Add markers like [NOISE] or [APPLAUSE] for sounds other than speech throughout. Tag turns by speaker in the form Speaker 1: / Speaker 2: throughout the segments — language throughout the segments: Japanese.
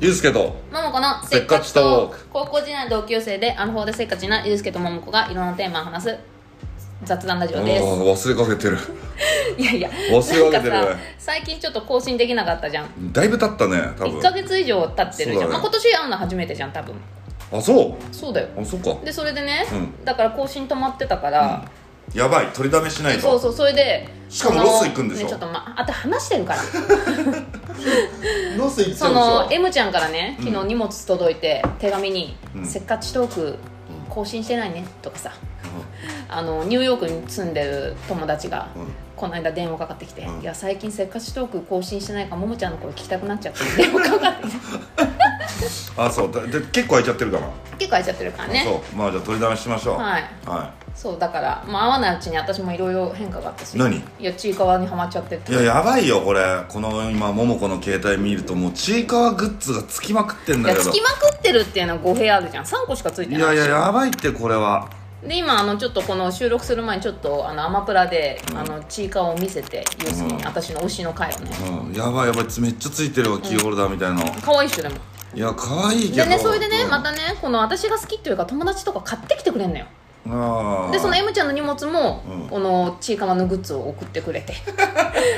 Speaker 1: ゆうすけと
Speaker 2: ももこの
Speaker 1: せっかちトーク
Speaker 2: 高校時代の同級生でアラフォーでせっかちなゆうすけとももこがいろんなテーマを話す雑談ラジ
Speaker 1: あ
Speaker 2: オ
Speaker 1: ー
Speaker 2: で
Speaker 1: 忘れかけてる
Speaker 2: すいやいや
Speaker 1: 忘れかけてる
Speaker 2: なんかさ最近ちょっと更新できなかったじゃん
Speaker 1: だいぶ経ったね多
Speaker 2: 1
Speaker 1: 分
Speaker 2: か月以上経って
Speaker 1: そ
Speaker 2: るじゃん、
Speaker 1: うだね
Speaker 2: まあ、今年会うの初めてじゃん多分
Speaker 1: あそ
Speaker 2: そうだよ
Speaker 1: うあそっか
Speaker 2: でそれでね、
Speaker 1: うん
Speaker 2: だから更新止まってたから、
Speaker 1: やばい取りだめしないと
Speaker 2: そうそうそれで
Speaker 1: しかも
Speaker 2: その
Speaker 1: ロス行くんでしょ
Speaker 2: ね、ちょっと、ま、あと話してるから
Speaker 1: ロス行っち
Speaker 2: そ
Speaker 1: ゃう
Speaker 2: の
Speaker 1: でしょ
Speaker 2: M ちゃんからね
Speaker 1: うん
Speaker 2: 昨日荷物届いて手紙に「
Speaker 1: うん
Speaker 2: せっかちトーク更新してないね」とかさあのニューヨークに住んでる友達が
Speaker 1: うんうん
Speaker 2: この間電話かかってきて「
Speaker 1: うん
Speaker 2: いや最近せっかちトーク更新してないからももちゃんの声聞きたくなっち
Speaker 1: [LAUGHS]
Speaker 2: ゃって」電話かかってきて
Speaker 1: あそうだで結構空いちゃってるから
Speaker 2: 結構空いちゃってるからね
Speaker 1: そうまあじゃあ取りだめしましょう
Speaker 2: はい
Speaker 1: は
Speaker 2: そうだから、まあ、会わないうちに私もいろいろ変化があったし
Speaker 1: 何
Speaker 2: いやちいかわにはまっちゃって
Speaker 1: いいややばいよこれこの今桃子の携帯見るともうちいかわグッズがつきまくってん
Speaker 2: い
Speaker 1: だ
Speaker 2: や
Speaker 1: け
Speaker 2: つ
Speaker 1: ど
Speaker 2: きまくってるっていうのは語弊あるじゃん3個しかついてない
Speaker 1: いやいややばいってこれは
Speaker 2: で今あのちょっとこの収録する前にちょっとあのアマプラで、あのちいかわを見せてユースに、
Speaker 1: うん
Speaker 2: 私の推しの回をね
Speaker 1: うんやばいやばいめっちゃついてるわキーホルダーみたいなの
Speaker 2: 可愛いっしょでも
Speaker 1: いや可愛いけ
Speaker 2: で
Speaker 1: ど
Speaker 2: ねそれでね
Speaker 1: うん
Speaker 2: またねこの私が好きっていうか友達とか買ってきてくれんのよ
Speaker 1: あー
Speaker 2: でその M ちゃんの荷物も、
Speaker 1: うん
Speaker 2: このちいかわのグッズを送ってくれ
Speaker 1: [LAUGHS]
Speaker 2: て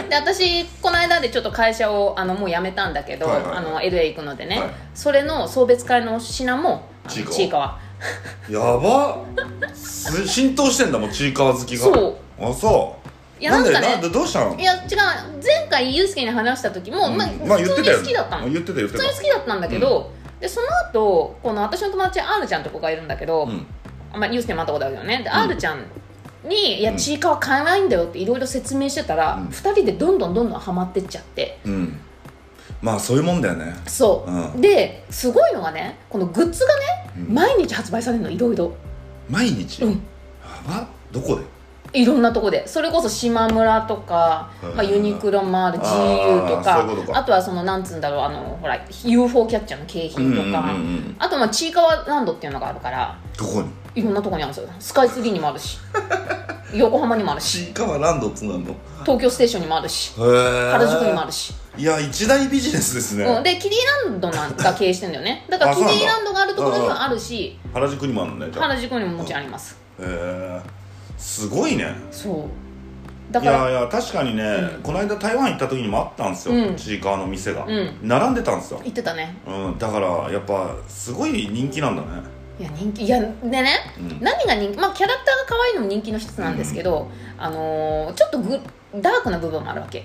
Speaker 2: で私この間でちょっと会社をあのもう辞めたんだけど、
Speaker 1: はいはいはい
Speaker 2: あの LA 行くのでね、
Speaker 1: はい
Speaker 2: それの送別会の品もあの
Speaker 1: ちいかわ
Speaker 2: ちいかわ
Speaker 1: やばっす浸透してんだもんちいかわ好きが
Speaker 2: そう
Speaker 1: あそう
Speaker 2: いやなん
Speaker 1: で
Speaker 2: かね
Speaker 1: なんでどうしたの
Speaker 2: いや違う前回ユースケに話した時も、
Speaker 1: うん
Speaker 2: まあ、
Speaker 1: まあ
Speaker 2: 普
Speaker 1: 言っ
Speaker 2: 通
Speaker 1: て
Speaker 2: に
Speaker 1: たよ
Speaker 2: 好きだったの
Speaker 1: 言ってた言って
Speaker 2: 普
Speaker 1: た
Speaker 2: 通に好きだったんだけど、でその後この私の友達 R ちゃんとこがいるんだけど、
Speaker 1: うん
Speaker 2: まあ、ユースケも会ったことあるよねで、
Speaker 1: ん
Speaker 2: R ちゃんに「いや
Speaker 1: うん
Speaker 2: ちいかわ買えないんだよ」っていろいろ説明してたら、
Speaker 1: うん
Speaker 2: 2人でどんどんどんどんハマってっちゃって
Speaker 1: うんまあそういうもんだよね
Speaker 2: そう、
Speaker 1: うん
Speaker 2: ですごいのがねこのグッズがね、
Speaker 1: うん
Speaker 2: 毎日発売されるのいろいろ
Speaker 1: 毎日
Speaker 2: う
Speaker 1: や
Speaker 2: ん
Speaker 1: ばっどこで
Speaker 2: いろんなとこでそれこそ島村とか、
Speaker 1: うん
Speaker 2: まあ、ユニクロもある
Speaker 1: あ
Speaker 2: GU とか
Speaker 1: ーそういうことか
Speaker 2: あとはそのなんつうんだろうあのほら UFO キャッチャーの景
Speaker 1: うん
Speaker 2: 品
Speaker 1: う
Speaker 2: と
Speaker 1: んうん
Speaker 2: か、
Speaker 1: うん
Speaker 2: あとまあちいかわランドっていうのがあるから
Speaker 1: どこに
Speaker 2: いろんなとこにあるんですよスカイツリーにもあ
Speaker 1: [LAUGHS]
Speaker 2: るし横浜にもあるし
Speaker 1: ちいかわランドっつうのあんのへ
Speaker 2: 東京ステーションにもあるし
Speaker 1: え
Speaker 2: 原宿にもあ
Speaker 1: る
Speaker 2: るし、
Speaker 1: いや一大ビジネスです
Speaker 2: うん、
Speaker 1: ね
Speaker 2: でキディランドなんか経営してんだよねだから
Speaker 1: あ
Speaker 2: キ
Speaker 1: そう
Speaker 2: デ
Speaker 1: なんだ
Speaker 2: ィランドがあるところにはあるし
Speaker 1: 原宿にもあるのねじゃあへ
Speaker 2: 原宿にももちろんあります
Speaker 1: えすごいね
Speaker 2: そうだ
Speaker 1: い
Speaker 2: か
Speaker 1: や
Speaker 2: ら
Speaker 1: いや確かにね、
Speaker 2: うん
Speaker 1: この間台湾行った時にもあったんです
Speaker 2: う
Speaker 1: よ
Speaker 2: ん
Speaker 1: ちいかわの店が、
Speaker 2: うん
Speaker 1: 並んでたんですよ
Speaker 2: 言ってたね
Speaker 1: うん、だからやっぱすごい人気なんだね
Speaker 2: いや人気いやでね、
Speaker 1: うん
Speaker 2: 何が人気まあキャラクターが可愛いのも人気の一つなんですけど、あのーちょっとグダークな部分もあるわけ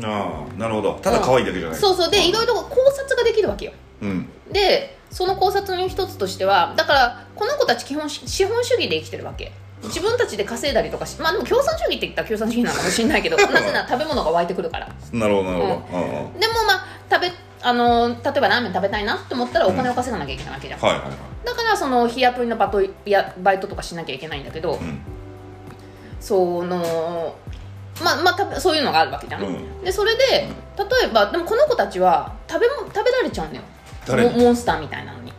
Speaker 1: ああなるほどただ可愛いだけじゃない
Speaker 2: そうそうでいろいろ考察ができるわけよ
Speaker 1: うん
Speaker 2: でその考察の一つとしてはだからこの子たち基本し資本主義で生きてるわけ自分たちで稼いだりとかしまあでも共産主義って言ったら共産主義なのかもしれないけど
Speaker 1: [LAUGHS]
Speaker 2: なぜなら食べ物が湧いてくるから
Speaker 1: なるほどなるほど、うんうん
Speaker 2: でもまあ食べあのー例えばラーメン食べたいなと思ったらお金を稼がなきゃいけないわけじゃん、
Speaker 1: はいはいはい、
Speaker 2: だからその日雇いのバトやバイトとかしなきゃいけないんだけ
Speaker 1: う
Speaker 2: ど、
Speaker 1: ん
Speaker 2: そのまあまあたそういうのがあるわけじゃん、
Speaker 1: うん
Speaker 2: でそれで例えばでもこの子たちは食べも食べられちゃうのよ
Speaker 1: 誰に
Speaker 2: モモンスターみたいなのに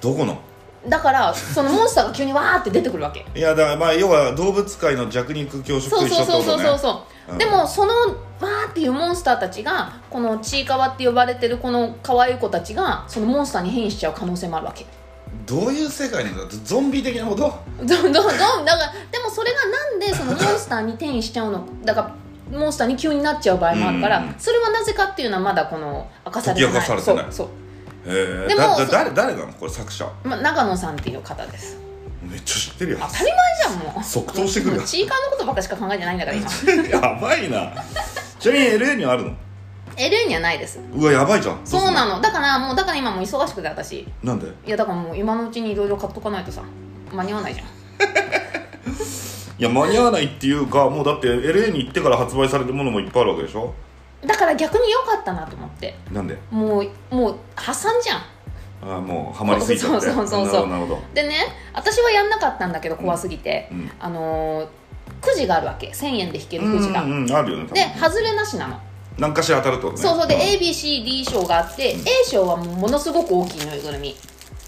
Speaker 1: どこの
Speaker 2: だからそのモンスターが急にわーって出てくるわけ
Speaker 1: いやだからまあ要は動物界の弱肉強食
Speaker 2: そ
Speaker 1: と
Speaker 2: う
Speaker 1: 一緒
Speaker 2: そう
Speaker 1: って
Speaker 2: そ
Speaker 1: こ
Speaker 2: う
Speaker 1: と
Speaker 2: そう
Speaker 1: ね
Speaker 2: そうそう、
Speaker 1: うん
Speaker 2: でもそのわーっていうモンスターたちがこのちいかわって呼ばれてるこの可愛い子たちがそのモンスターに変異しちゃう可能性もあるわけ
Speaker 1: どういう世界なんだゾンビ的なこと
Speaker 2: どんどんどんだからでもそれがなんでそのモンスターに転移しちゃうのだからモンスターに急になっちゃう場合もあるから、
Speaker 1: うん
Speaker 2: それはなぜかっていうのはまだこの明かされてない
Speaker 1: 解き明かされてない
Speaker 2: そう
Speaker 1: へえ
Speaker 2: でも
Speaker 1: だだ
Speaker 2: そ
Speaker 1: 誰誰なのこれ作者
Speaker 2: そう、ま、長野さんっていう方です
Speaker 1: めっちゃ知ってるやん
Speaker 2: 当たり前じゃんもう
Speaker 1: 即答してくる
Speaker 2: もうチーカーのことばっかしか考えてないんだから今
Speaker 1: やばいなちなみに LA にはあるの
Speaker 2: LA にはないです
Speaker 1: うわやばいじゃん
Speaker 2: そうな
Speaker 1: の
Speaker 2: のだからもうだから今もう忙しくて私い
Speaker 1: なんで
Speaker 2: やだからもう今のうちにいろいろ買っとかないとさ間に合わないじゃん
Speaker 1: いや間に合わないっていうかもうだって LA に行ってから発売されるものもいっぱいあるわけでしょ
Speaker 2: だから逆に良かったなと思って
Speaker 1: なんで
Speaker 2: もうもう破産じゃん
Speaker 1: ああもうハマりすぎちゃって
Speaker 2: そうそうそうそう
Speaker 1: なるほどなるほど
Speaker 2: でね私はやんなかったんだけど怖すぎて、
Speaker 1: うん
Speaker 2: あのーくじがあるわけ1000円で引けるくじが、
Speaker 1: うんうんあるよね多分
Speaker 2: で外れなしなの、
Speaker 1: 何かしら当たるってことね
Speaker 2: そうそうで
Speaker 1: ん
Speaker 2: ABCD 賞があって、A 賞はもうものすごく大きいぬいぐるみ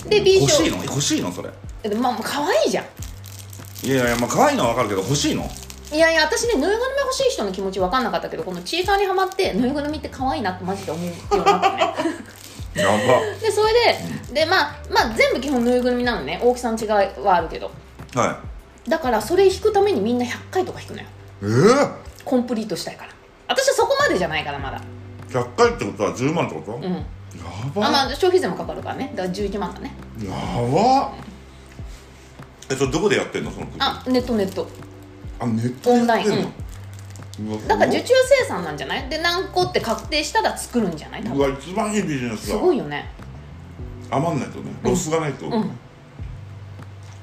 Speaker 2: で B
Speaker 1: 欲
Speaker 2: 賞
Speaker 1: しいの欲しいのそれ
Speaker 2: でまあまあ可愛いじゃん
Speaker 1: いやいやまあ可愛いのはわかるけど欲しいの
Speaker 2: いやいや私ねぬいぐるみ欲しい人の気持ち分かんなかったけどこのチーカーにはまってぬいぐるみって可愛いなってマジで思うようになったね
Speaker 1: やば
Speaker 2: でそれでで、まあ、まあ全部基本ぬいぐるみなのね大きさの違いはあるけど
Speaker 1: は
Speaker 2: だからそれ引くためにみんな100回とか引くのよ
Speaker 1: いえー、
Speaker 2: コンプリートしたいから私はそこまでじゃないからまだ
Speaker 1: 100回ってことは10万ってこと、
Speaker 2: う
Speaker 1: や
Speaker 2: ん
Speaker 1: ば、
Speaker 2: あまあ消費税もかかるからねだから11万だね
Speaker 1: やばえそれどこでやってんのその国あ
Speaker 2: あネットネット
Speaker 1: ネット
Speaker 2: オ
Speaker 1: で
Speaker 2: ン
Speaker 1: や
Speaker 2: ラ
Speaker 1: っ
Speaker 2: イ
Speaker 1: て
Speaker 2: ン、
Speaker 1: ん
Speaker 2: う
Speaker 1: の
Speaker 2: ん、
Speaker 1: うわ
Speaker 2: だから受注生産なんじゃないで何個って確定したら作るんじゃない多
Speaker 1: う
Speaker 2: 分
Speaker 1: わ一番いいビジネス
Speaker 2: す
Speaker 1: だ
Speaker 2: ごいよね
Speaker 1: 余んないとねロスがないと、
Speaker 2: ん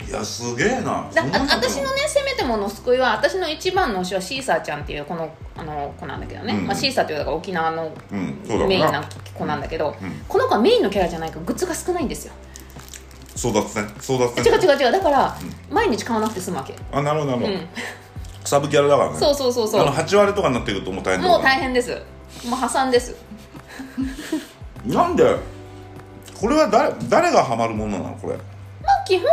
Speaker 1: いやすげえな
Speaker 2: だ
Speaker 1: そんな
Speaker 2: あ
Speaker 1: んだな
Speaker 2: 私のねせめてもの救いは私の一番の推しはシーサーちゃんっていうこのあの子なんだけどね、
Speaker 1: うん
Speaker 2: まあ、シーサーっていうのが沖縄の
Speaker 1: うんそうだから
Speaker 2: メインな子なんだけど、
Speaker 1: うん
Speaker 2: この子はメインのキャラじゃないからグッズが少ないんですよ
Speaker 1: 争奪戦争奪
Speaker 2: 違う
Speaker 1: 戦
Speaker 2: 違う違うだから、毎日買わなくて済むわけ、
Speaker 1: あなるほどなるほ
Speaker 2: う
Speaker 1: ど、
Speaker 2: ん、
Speaker 1: サブキャラだからね
Speaker 2: そうそうそうそ
Speaker 1: あの
Speaker 2: う
Speaker 1: 8割とかになってくるともう大変だ
Speaker 2: もう
Speaker 1: から
Speaker 2: 大変ですもう破産です
Speaker 1: なんでこれは誰誰がハマるものなのこれ
Speaker 2: まあ基本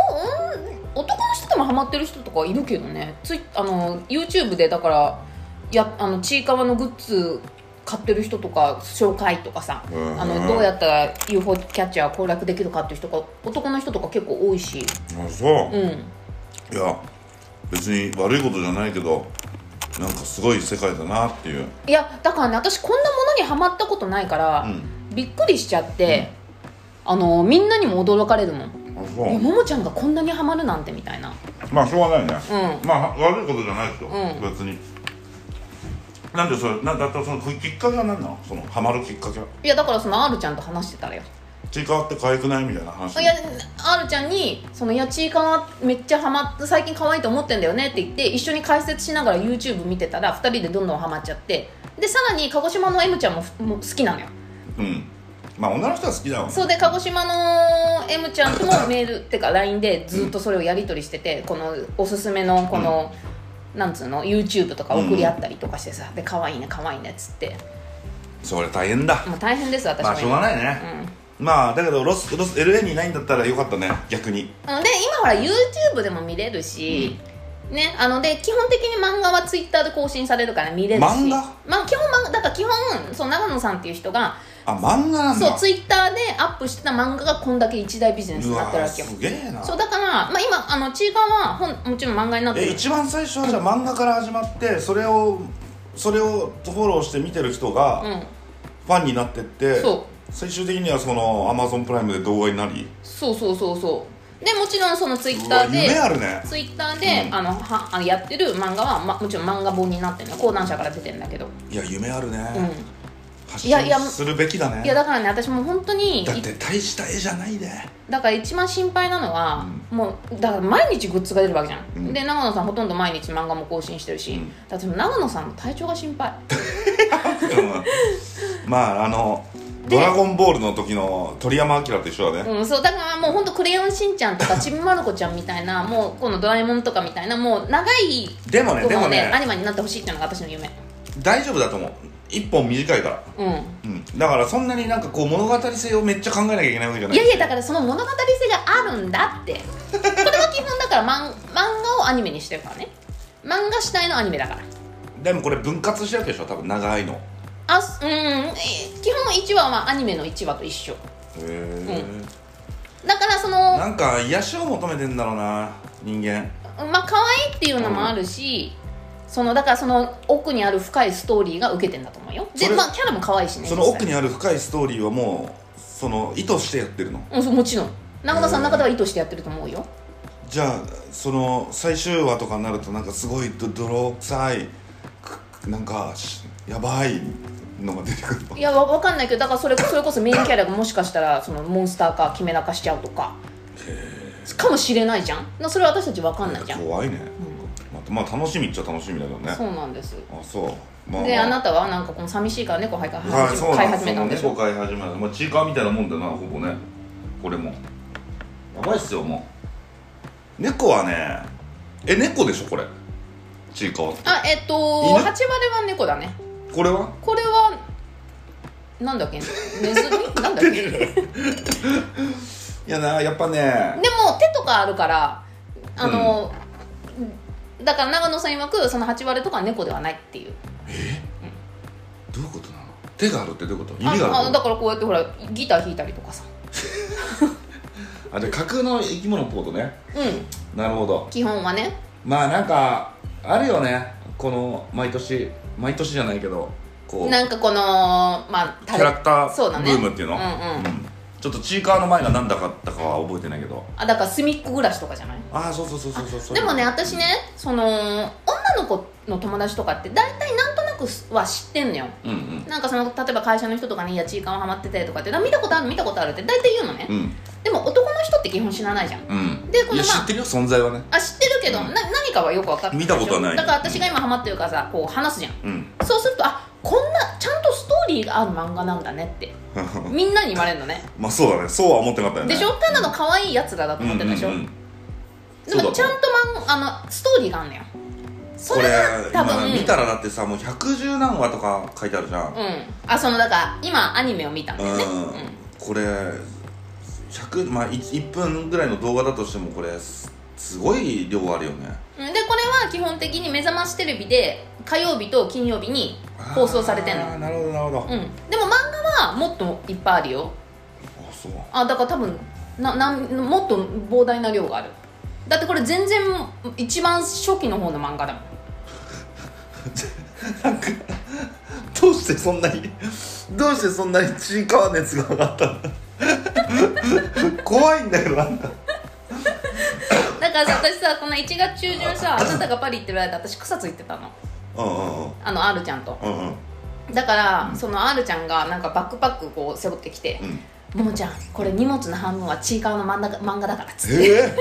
Speaker 2: うん男の人でもハマってる人とかいるけどねついあの YouTube でだからやあのちいかわのグッズ買ってる人とか紹介とかさ
Speaker 1: うん
Speaker 2: あのどうやったら UFO キャッチャー攻略できるかっていう人が男の人とか結構多いし
Speaker 1: あそうう、
Speaker 2: ん
Speaker 1: いや別に悪いことじゃないけどなんかすごい世界だなっていう
Speaker 2: いやだからね私こんなものにはまったことないから、
Speaker 1: ん
Speaker 2: びっくりしちゃって、あのみんなにも驚かれるもん
Speaker 1: あ
Speaker 2: え
Speaker 1: そ
Speaker 2: ももちゃんがこんなにハマるなんてみたいな
Speaker 1: うまあしょうがないね、
Speaker 2: う
Speaker 1: まあは悪いことじゃないですよ、
Speaker 2: うん
Speaker 1: 別になんでそれなんだったらそのきっかけは何なのそのハマるきっかけはい
Speaker 2: やだからその R ちゃんと話してたらよ
Speaker 1: ちいかわって可愛くないみたいな話
Speaker 2: いや R ちゃんに「そのいやちいかわめっちゃハマって最近可愛いと思ってんだよね」って言って一緒に解説しながら YouTube 見てたら2人でどんどんハマっちゃってでさらに鹿児島の M ちゃんもふもう好きなのよ
Speaker 1: うんまあ女の人は好きだもん
Speaker 2: そうで鹿児島の M ちゃんともメールってか LINE でずっとそれをやり取りしててこのおすすめのこの、なんつうの YouTube とか送り合ったりとかしてさ、で可愛いね可愛いねっつって
Speaker 1: それ大変だ
Speaker 2: もう大変です私
Speaker 1: ま
Speaker 2: も
Speaker 1: あしょうがないね、
Speaker 2: うん
Speaker 1: まあだけどロスロス LA にいないんだったらよかったね逆に
Speaker 2: うんで今ほら YouTube でも見れるし、ねあので基本的に漫画は Twitter で更新されるから見れるし
Speaker 1: 漫画
Speaker 2: まあ、基本漫画だから基本そう長野さんっていう人が
Speaker 1: あ漫画なんだ
Speaker 2: そう Twitter でアップしてた漫画がこんだけ一大ビジネス
Speaker 1: う
Speaker 2: になってる
Speaker 1: わ
Speaker 2: わけよ
Speaker 1: すげえな
Speaker 2: そうだから、まあ、今あのちいかわは本もちろん漫画になって
Speaker 1: え
Speaker 2: る
Speaker 1: 一番最初はじゃあ漫画から始まってそれをそれをフォローして見てる人が
Speaker 2: うん
Speaker 1: ファンになってって、
Speaker 2: そ
Speaker 1: 最終的にはそのアマゾンプライムで動画になり
Speaker 2: そうそうそうそうでもちろんそのツイッ
Speaker 1: う
Speaker 2: タ
Speaker 1: わ
Speaker 2: ーで
Speaker 1: 夢あるね
Speaker 2: ツイッターで、あのはあのやってる漫画は、ま、もちろん漫画本になってるの講談社から出てるんだけど、
Speaker 1: いや夢あるね、
Speaker 2: うん、
Speaker 1: 発
Speaker 2: いやいや
Speaker 1: 信するべきだね
Speaker 2: いやだからね私も本当にい
Speaker 1: だって大した絵じゃないで
Speaker 2: だから一番心配なのは、もうだから毎日グッズが出るわけじゃん、
Speaker 1: うん
Speaker 2: で長野さんほとんど毎日漫画も更新してるし、
Speaker 1: うん
Speaker 2: だって長野さんの体調が心
Speaker 1: [LAUGHS]
Speaker 2: 配
Speaker 1: うんまああの「ドラゴンボール」の時の鳥山明と一緒だね、
Speaker 2: うん、そうだからもう本当クレヨンしんちゃん」とか「ちびまる子ちゃん」みたいなもうこの「ドラえもん」とかみたいなもう長い
Speaker 1: でもね
Speaker 2: こ
Speaker 1: でも
Speaker 2: の
Speaker 1: ね
Speaker 2: アニマになってほしいっていうのが私の夢
Speaker 1: 大丈夫だと思う一本短いから、
Speaker 2: うん
Speaker 1: うん、だからそんなになんかこう物語性をめっちゃ考えなきゃいけないわけじゃない
Speaker 2: いやいやだからその物語性があるんだってこれは基本だから漫漫画をアニメにしてるからね漫画主体のアニメだから
Speaker 1: でもこれ分割してるわけでしょ多分長いのへ
Speaker 2: あすうんえ基本1話はアニメの1話と一緒
Speaker 1: え、
Speaker 2: だからその
Speaker 1: なんか癒しを求めてんだろうな人間
Speaker 2: まあ可愛いっていうのもあるし、そのだからその奥にある深いストーリーが受けてんだと思うよで
Speaker 1: それ
Speaker 2: まあキャラも可愛いしね
Speaker 1: その奥
Speaker 2: 実
Speaker 1: にある深いストーリーはもうその意図してやってるの
Speaker 2: 際うんそうもちろん長田さんの中では意図してやってると思うよ
Speaker 1: じゃあその最終話とかになるとなんかすごいど泥臭いくなんかしやばいのが出てくるの
Speaker 2: いやわわかんないけどだからそれそれこそメインキャラがもしかしたらそのモンスターかキメラ化しちゃうとかかもしれないじゃんなそれは私たちわかんないじゃん、
Speaker 1: 怖いね、まあまあ楽しみっちゃ楽しみだけどね
Speaker 2: そうなんです
Speaker 1: あそうま
Speaker 2: であなたはなんかこの寂しいから猫飼い飼い
Speaker 1: はい、そう
Speaker 2: 飼い
Speaker 1: なんで
Speaker 2: 始
Speaker 1: す
Speaker 2: めたんでし
Speaker 1: 猫
Speaker 2: ょ
Speaker 1: 飼い始めたまあ、チーカーみたいなもんだなほぼねこれもやばいっすよもう猫はねえ猫でしょこれチーカーって
Speaker 2: あえっと
Speaker 1: 犬
Speaker 2: 8割は猫だね
Speaker 1: これは
Speaker 2: これはなんだっけネズミなんだっけでも
Speaker 1: いやなやっぱね
Speaker 2: 手とかあるからあの、だから長野さん曰くその8割とかは猫ではないっていう
Speaker 1: どういうことな手があるってどういうこと指があ
Speaker 2: あ
Speaker 1: る
Speaker 2: あ
Speaker 1: って
Speaker 2: だ
Speaker 1: こ
Speaker 2: からこうやってほらギター弾いたりとかさ
Speaker 1: とあじゃあ架空の生き物のことね
Speaker 2: うん
Speaker 1: なるほど
Speaker 2: 基本はね
Speaker 1: まあなんかあるよねこの毎年毎年じゃないけどこう
Speaker 2: なんかこのまあ
Speaker 1: キ
Speaker 2: タ
Speaker 1: ャ
Speaker 2: レ
Speaker 1: ラクタ
Speaker 2: そうだ
Speaker 1: ーブ
Speaker 2: ね
Speaker 1: ームっていうの
Speaker 2: うんうん
Speaker 1: うんちょっとちいかわの前が何だかったかは覚えてないけど
Speaker 2: あだから隅っこ暮らしとかじゃない
Speaker 1: ああそうそうそうそうそうそう
Speaker 2: でもね私ねその女の子の友達とかって大体なんとなくは知ってんのよ
Speaker 1: うんうん
Speaker 2: なんかその例えば会社の人とかに「いやちいかわハマってて」とかって「な見たことある見たことある」って大体言うのね、
Speaker 1: うん
Speaker 2: でも男の人って基本知らないじゃん
Speaker 1: うん
Speaker 2: でこの
Speaker 1: いや
Speaker 2: まあ
Speaker 1: 知ってるよ存在はね
Speaker 2: あ知ってるけど、
Speaker 1: うん
Speaker 2: な何かはよく分かってるでしょ
Speaker 1: 見たことはない
Speaker 2: だから私が今ハマってるからさこう話すじゃん
Speaker 1: うん [LAUGHS]
Speaker 2: そうするとあこんなちゃんとストーリーがある漫画なんだねってみんなに言われるのね
Speaker 1: まあ [LAUGHS] そうだねそうは思ってなかったよね
Speaker 2: でしょただの可愛いやつらだ
Speaker 1: う
Speaker 2: と
Speaker 1: んう
Speaker 2: 思っ
Speaker 1: んう
Speaker 2: て
Speaker 1: ん
Speaker 2: たでし
Speaker 1: そ
Speaker 2: ょ、
Speaker 1: うだ
Speaker 2: でもちゃんと漫あのストーリーがあるのよそ
Speaker 1: こ
Speaker 2: れ
Speaker 1: れ
Speaker 2: は多分
Speaker 1: 今見たらだってさもう110何話とか書いてあるじゃん
Speaker 2: うんあそのだから今アニメを見たんだよね
Speaker 1: うんこれ100まあ 1, 分ぐらいの動画だとしてもこれすすごい量あるよね
Speaker 2: うん、でこれは基本的に「目覚ましテレビ」で火曜日と金曜日に放送されてん
Speaker 1: あ
Speaker 2: の
Speaker 1: ーなるほどなるほど、
Speaker 2: う
Speaker 1: あ
Speaker 2: んでも漫画はもっといっぱいあるよ
Speaker 1: そう
Speaker 2: あだから多分ななんもっと膨大な量があるだってこれ全然一番初期の方の漫画だもん
Speaker 1: どうしてそんなにどうしてそんなにちいかわ熱が上がったの怖いんだけどなんか
Speaker 2: だからさ私さこの1月中旬さあなたがパリ行ってる間私草津行ってたの
Speaker 1: うんうん
Speaker 2: あの R ちゃんと
Speaker 1: うんうん
Speaker 2: だから、その R ちゃんがなんかバックパックこう背負ってきて
Speaker 1: うん
Speaker 2: 「ももちゃんこれ荷物の半分はちいかわの漫画漫画だから」っつって
Speaker 1: ええ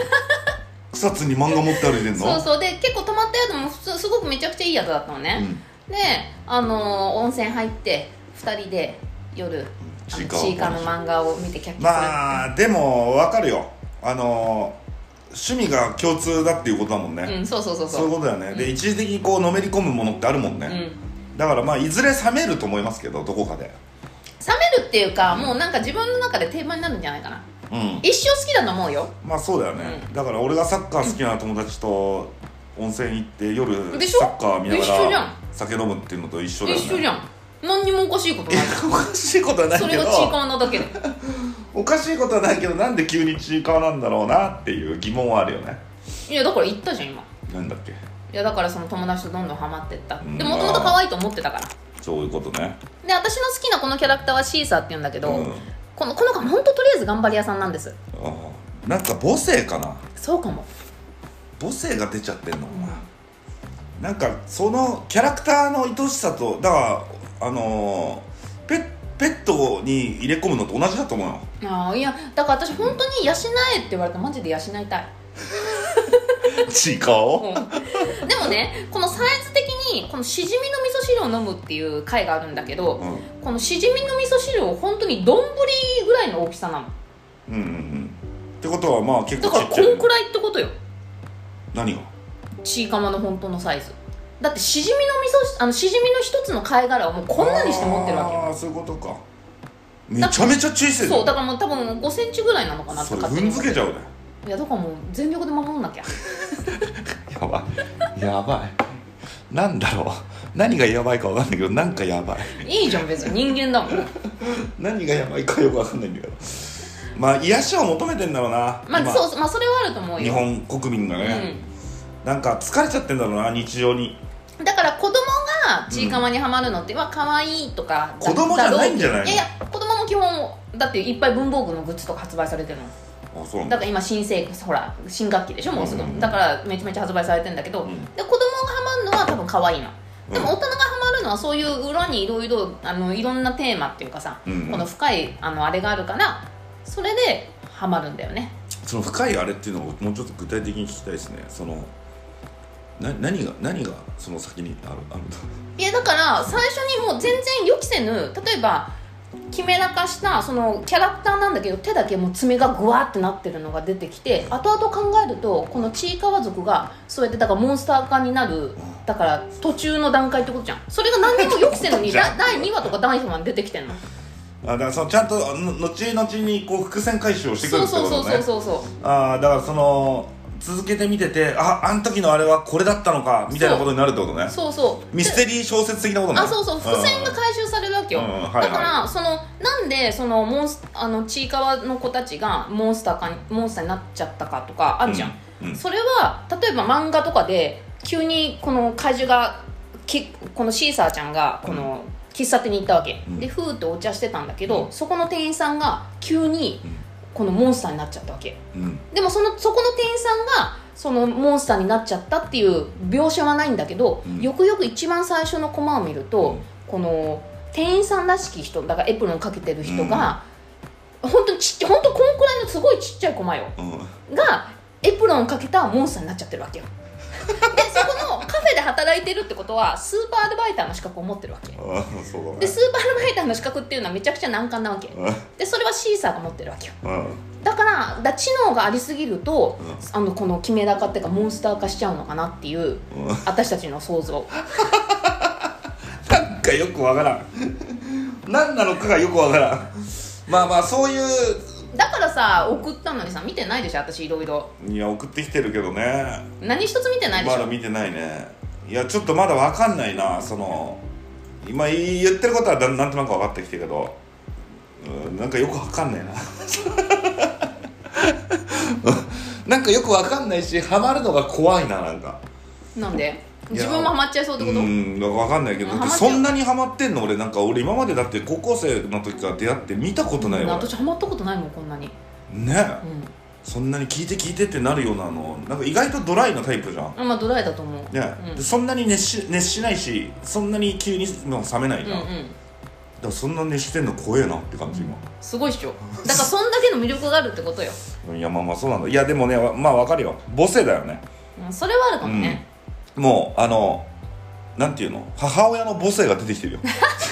Speaker 1: 草津に漫画持って歩いてんの
Speaker 2: そうそうで結構泊まった宿も普通すごくめちゃくちゃいい宿だったのね、であのー温泉入って2人で夜あ
Speaker 1: ちい
Speaker 2: の
Speaker 1: かわ
Speaker 2: ちいかわの漫画を見てキャッキャする、
Speaker 1: まあでもわかるよあの趣味が共通だっていうことだもんね、
Speaker 2: うんそうそうそう
Speaker 1: そうい
Speaker 2: そ
Speaker 1: う
Speaker 2: う
Speaker 1: ことだよね、で一時的にこうのめり込むものってあるもんね、
Speaker 2: うん冷め
Speaker 1: だからまあいずれ冷めると思いますけどどこかで
Speaker 2: るっていうかもうなんか自分の中で定番になるんじゃないかな
Speaker 1: うん
Speaker 2: 一生好きだと思うよ
Speaker 1: まあそうだよね、
Speaker 2: う
Speaker 1: だから俺がサッカー好きな友達と温泉行って夜
Speaker 2: でしょ
Speaker 1: サッカー見なが
Speaker 2: 一緒じゃん
Speaker 1: ら酒飲むっていうのと一緒だよね
Speaker 2: 一緒じゃん何にもおかしいことない
Speaker 1: [LAUGHS] おかしいこと [LAUGHS] はない
Speaker 2: そ
Speaker 1: け
Speaker 2: れが
Speaker 1: ど
Speaker 2: ちいかわなだけで
Speaker 1: おかしいことはないけどなんで急にちいかわなんだろうなっていう疑問はあるよね
Speaker 2: いやだから言ったじゃん今
Speaker 1: なんだっけ
Speaker 2: いやだからその友達とどんどんハマってった
Speaker 1: ん
Speaker 2: でもともと可愛いと思ってたから
Speaker 1: そういうことね
Speaker 2: で私の好きなこのキャラクターはシーサーって言うんだけど、
Speaker 1: うん
Speaker 2: このこの子本当とりあえず頑張り屋さんなんです
Speaker 1: ああなんか母性かな
Speaker 2: そうかも
Speaker 1: 母性が出ちゃってんのかな、なんかそのキャラクターの愛しさとだからあのーペペットに入れ込むのと同じだと思うよ
Speaker 2: ああいやだから私本当に養えって言われたらマジで養いたい、
Speaker 1: ちいかわ
Speaker 2: うん、でもねこのサイズ的にこのしじみの味噌汁を飲むっていう回があるんだけど、
Speaker 1: うん
Speaker 2: このしじみの味噌汁を本当に丼ぐらいの大きさなの
Speaker 1: うんうんうんってことはまあ結
Speaker 2: だ
Speaker 1: 構
Speaker 2: か
Speaker 1: ち
Speaker 2: ら
Speaker 1: っち
Speaker 2: こ
Speaker 1: ゃい
Speaker 2: んくらいってことよ
Speaker 1: 何が
Speaker 2: ちいかまの本当のサイズだってしじみの味噌あのしじみの一つの貝殻をもうこんなにして持ってるわけよ
Speaker 1: ああーそういうことかめちゃめちゃ小さいじゃん
Speaker 2: そうだからもう多分5センチぐらいなのかなって
Speaker 1: それ
Speaker 2: 勝手
Speaker 1: 踏
Speaker 2: に
Speaker 1: ん
Speaker 2: 思っ
Speaker 1: づ
Speaker 2: て
Speaker 1: け
Speaker 2: る
Speaker 1: ちゃうね
Speaker 2: いやだからもう全力で守んなきゃ
Speaker 1: やばいやばいなんだろう何がやばいかわかんないけどなんかやばい
Speaker 2: いいじゃん別に人間だもん
Speaker 1: 何がやばいかよくわかんないんだけどまあ癒しを求めてんだろうな
Speaker 2: まあ
Speaker 1: 今
Speaker 2: そうまあそれはあると思うよ
Speaker 1: 日本国民がね、
Speaker 2: う
Speaker 1: なんか疲れちゃってんだろうな日常に
Speaker 2: ん、だから子供がちいかわにはまるのっては可愛いとか
Speaker 1: 子供じゃないんじゃないの
Speaker 2: いやいや子供も基本だっていっぱい文房具のグッズとか発売されてるの
Speaker 1: あそうなん
Speaker 2: だ
Speaker 1: だ
Speaker 2: から今新生ほら新学期でしょもうすぐ、
Speaker 1: うんうんうん
Speaker 2: だからめちゃめちゃ発売されてんだけど、
Speaker 1: うん
Speaker 2: で子供がハマるのは多分可愛いのでも
Speaker 1: うん
Speaker 2: 大人がハマるのはそういう裏にいろいろあのいろんなテーマっていうかさ、
Speaker 1: うんうん
Speaker 2: この深いあのあれがあるからそれでハマるんだよね
Speaker 1: その深いあれっていうのをもうちょっと具体的に聞きたいですねそのな何が何がその先にあるあるんだ
Speaker 2: いやだから最初にもう全然予期せぬ例えばキメラ化したそのキャラクターなんだけど手だけもう爪がグワーってなってるのが出てきて後々考えるとこのちいかわ族がそうやってだからモンスター化になるだから途中の段階ってことじゃんそれが何にも予期せぬ
Speaker 1: [LAUGHS]
Speaker 2: に
Speaker 1: じゃ
Speaker 2: だ
Speaker 1: ん
Speaker 2: 第2話とか第3話に出てきてんの
Speaker 1: あだからそのちゃんとの後々にこう伏線回収をしてくる
Speaker 2: そ
Speaker 1: っ
Speaker 2: う
Speaker 1: てこと
Speaker 2: そうそう
Speaker 1: ね
Speaker 2: そうそうそう
Speaker 1: ああだからその続けて見ててああん時のあれはこれだったのかみたいなことになるってことね
Speaker 2: そうそう
Speaker 1: ミステリー小説的なことね
Speaker 2: あそうそう伏線が回収されるわけよ、
Speaker 1: うんうんはいはい
Speaker 2: だからそのなんでそのモンスあのちいかわの子たちがモンスターかにモンスターになっちゃったかとかあるじゃん、
Speaker 1: うんうん
Speaker 2: それは例えば漫画とかで急にこの怪獣がきこのシーサーちゃんがこの喫茶店に行ったわけ、
Speaker 1: うん
Speaker 2: でふーってお茶してたんだけど、そこの店員さんが急にこのモンスターになっちゃったわけ
Speaker 1: うん
Speaker 2: でもそのそこの店員さんがそのモンスターになっちゃったっていう描写はないんだけど、
Speaker 1: うん
Speaker 2: よくよく一番最初のコマを見ると、
Speaker 1: うん
Speaker 2: この店員さんらしき人だからエプロンかけてる人が、本当にちっちゃい本当こんくらいのすごいちっちゃいコマよ
Speaker 1: うん
Speaker 2: がエプロンかけたモンスターになっちゃってるわ
Speaker 1: [LAUGHS]
Speaker 2: けよでそこのカフェで働いてるってことはスーパーアルバイターの資格を持ってるわけ
Speaker 1: あーそうだね
Speaker 2: でスーパーアルバイターの資格っていうのはめちゃくちゃ難関なわけでそれはシーサーが持ってるわけよ
Speaker 1: うんうん
Speaker 2: だからだ知能がありすぎると、
Speaker 1: う
Speaker 2: あのこの決め高っていうかモンスター化しちゃうのかなっていう
Speaker 1: うん
Speaker 2: 私たちの想像
Speaker 1: なんかよくわからん何なのかがよくわからんまあまあそういう
Speaker 2: だからさ送ったのにさ見てないでしょ私いろいろ
Speaker 1: いや送ってきてるけどね
Speaker 2: 何一つ見てないでし
Speaker 1: まだ
Speaker 2: ょ、
Speaker 1: 見てないねいやちょっとまだわかんないなその今言ってることはだなんとなく分かってきてるけどうんなんかよくわかんないな [LAUGHS] なんかよくわかんないしハマるのが怖いななんか
Speaker 2: なんで
Speaker 1: いや
Speaker 2: 自分もハマっちゃいそうって
Speaker 1: う
Speaker 2: こと、
Speaker 1: んなんかわかんないけど
Speaker 2: うん
Speaker 1: だって
Speaker 2: ハマってる
Speaker 1: そんなにハマってんの俺なんか俺今までだって高校生の時から出会って見たことないわ
Speaker 2: 私ハマったことないもんこんなに
Speaker 1: ね
Speaker 2: う
Speaker 1: そんなに聞いて聞いてってなるようなのなんか意外とドライなタイプじゃん
Speaker 2: んあまあドライだと思う
Speaker 1: ね、
Speaker 2: うん
Speaker 1: でそんなに熱し熱しないしそんなに急にもう冷めないじ
Speaker 2: うん
Speaker 1: ゃん、だか
Speaker 2: うん
Speaker 1: らそんな熱してんの怖えなって感じ今、
Speaker 2: すごいっしょだからそんだけの魅力があるってことよ、
Speaker 1: いやまあまあそうなんだいやでもねわまあわかるよ母性だよね
Speaker 2: うん、それはあるかもね、
Speaker 1: もうあのなんていうの母親の母性が出てきてるよ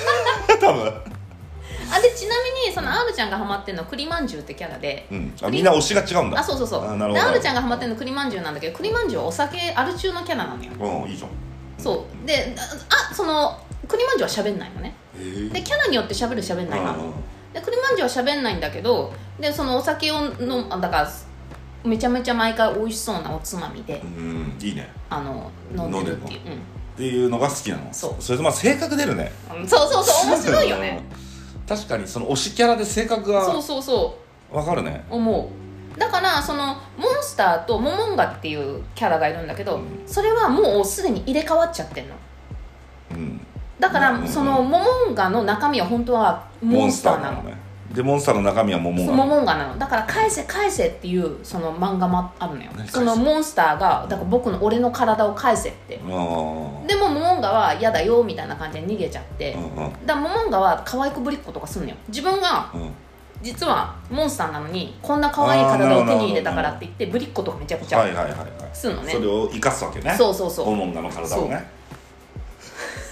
Speaker 1: [LAUGHS] 多分、
Speaker 2: あでちなみにその R ちゃんがハマってるのは栗まんじゅうってキャラで
Speaker 1: うん、あみんな推しが違うんだ
Speaker 2: あそうそうそう
Speaker 1: あなるほ
Speaker 2: で
Speaker 1: ど
Speaker 2: R ちゃんがハマってるのは栗まんじゅうなんだけど栗まんじゅうはお酒アル中のキャラなのよ
Speaker 1: うんいいじゃん
Speaker 2: そうでああその栗まんじゅうは喋んないのね
Speaker 1: へえ
Speaker 2: でキャラによって喋る喋んないなで栗まんじゅうは喋んないんだけどでそのお酒を飲むあだからめちゃめちゃ毎回美味しそうなおつまみで
Speaker 1: うんいいね
Speaker 2: あの飲んでるっていう、
Speaker 1: っていうのが好きなの
Speaker 2: そう
Speaker 1: それとまあ性格出るね
Speaker 2: うん、そうそうそう面白い
Speaker 1: [LAUGHS]
Speaker 2: よね
Speaker 1: うん確かにその推しキャラで性格
Speaker 2: そう
Speaker 1: が
Speaker 2: そうそ
Speaker 1: わかるね
Speaker 2: う思うだからそのモンスターとモモンガっていうキャラがいるんだけど、
Speaker 1: うん
Speaker 2: それはもうすでに入れ替わっちゃってんの
Speaker 1: うん
Speaker 2: だか
Speaker 1: うんうんうん
Speaker 2: らそのモモンガの中身は本当はモンスターなの
Speaker 1: ねでモンスターの中身はモモン
Speaker 2: そう
Speaker 1: ガ
Speaker 2: モモンガなのだから「返せ返せ」っていうその漫画もあるのよ
Speaker 1: 何
Speaker 2: そのモンスターがだから僕の俺の体を返せって
Speaker 1: あ
Speaker 2: でもモモンガは嫌だよみたいな感じで逃げちゃって
Speaker 1: あうんうん
Speaker 2: だからモモンガは可愛くぶりっ子とかするのよ自分が
Speaker 1: うん
Speaker 2: 実はモンスターなのにこんな可愛い体を手に入れたからって言ってぶりっ子とかめちゃくち
Speaker 1: はいはいはい
Speaker 2: ゃ
Speaker 1: はい
Speaker 2: するのね
Speaker 1: それを生かすわけね
Speaker 2: そうそうそう
Speaker 1: モモンガの体をね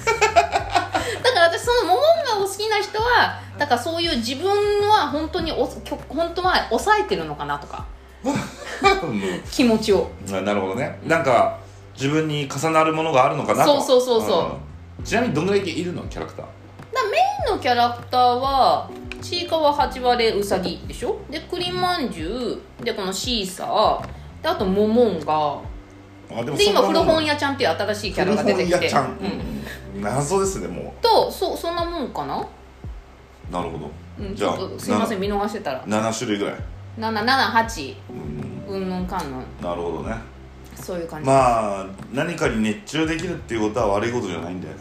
Speaker 2: だから私そのモモンガを好きな人はだからそういう自分は本当におきょ本当は抑えてるのかなとか
Speaker 1: うん
Speaker 2: 気持ちを
Speaker 1: [LAUGHS] ななるほどねなんか自分に重なるものがあるのかなと
Speaker 2: そうそうそうそ
Speaker 1: うんちなみにどんぐらいいるのキャラクター
Speaker 2: だメインのキャラクターはちいかわ八割れうさぎでしょで栗まんじゅうでこのシーサーであとモモンガ
Speaker 1: あで
Speaker 2: で今古本
Speaker 1: 屋
Speaker 2: 屋ちゃんっていう新しいキャ
Speaker 1: 古
Speaker 2: ラが出
Speaker 1: 本
Speaker 2: てき
Speaker 1: 屋
Speaker 2: て
Speaker 1: ちゃん
Speaker 2: うん、
Speaker 1: うん謎ですねも
Speaker 2: とそそんなもんかな、
Speaker 1: うなるほど
Speaker 2: うん、ち
Speaker 1: じゃ
Speaker 2: ょ
Speaker 1: あ
Speaker 2: っとすいません見逃してたら
Speaker 1: 7種類ぐらい
Speaker 2: 778
Speaker 1: うん
Speaker 2: うんぬんかんぬん
Speaker 1: なるほどね
Speaker 2: そういう感じ、
Speaker 1: まあ何かに熱中できるっていうことは悪いことじゃないんで
Speaker 2: うん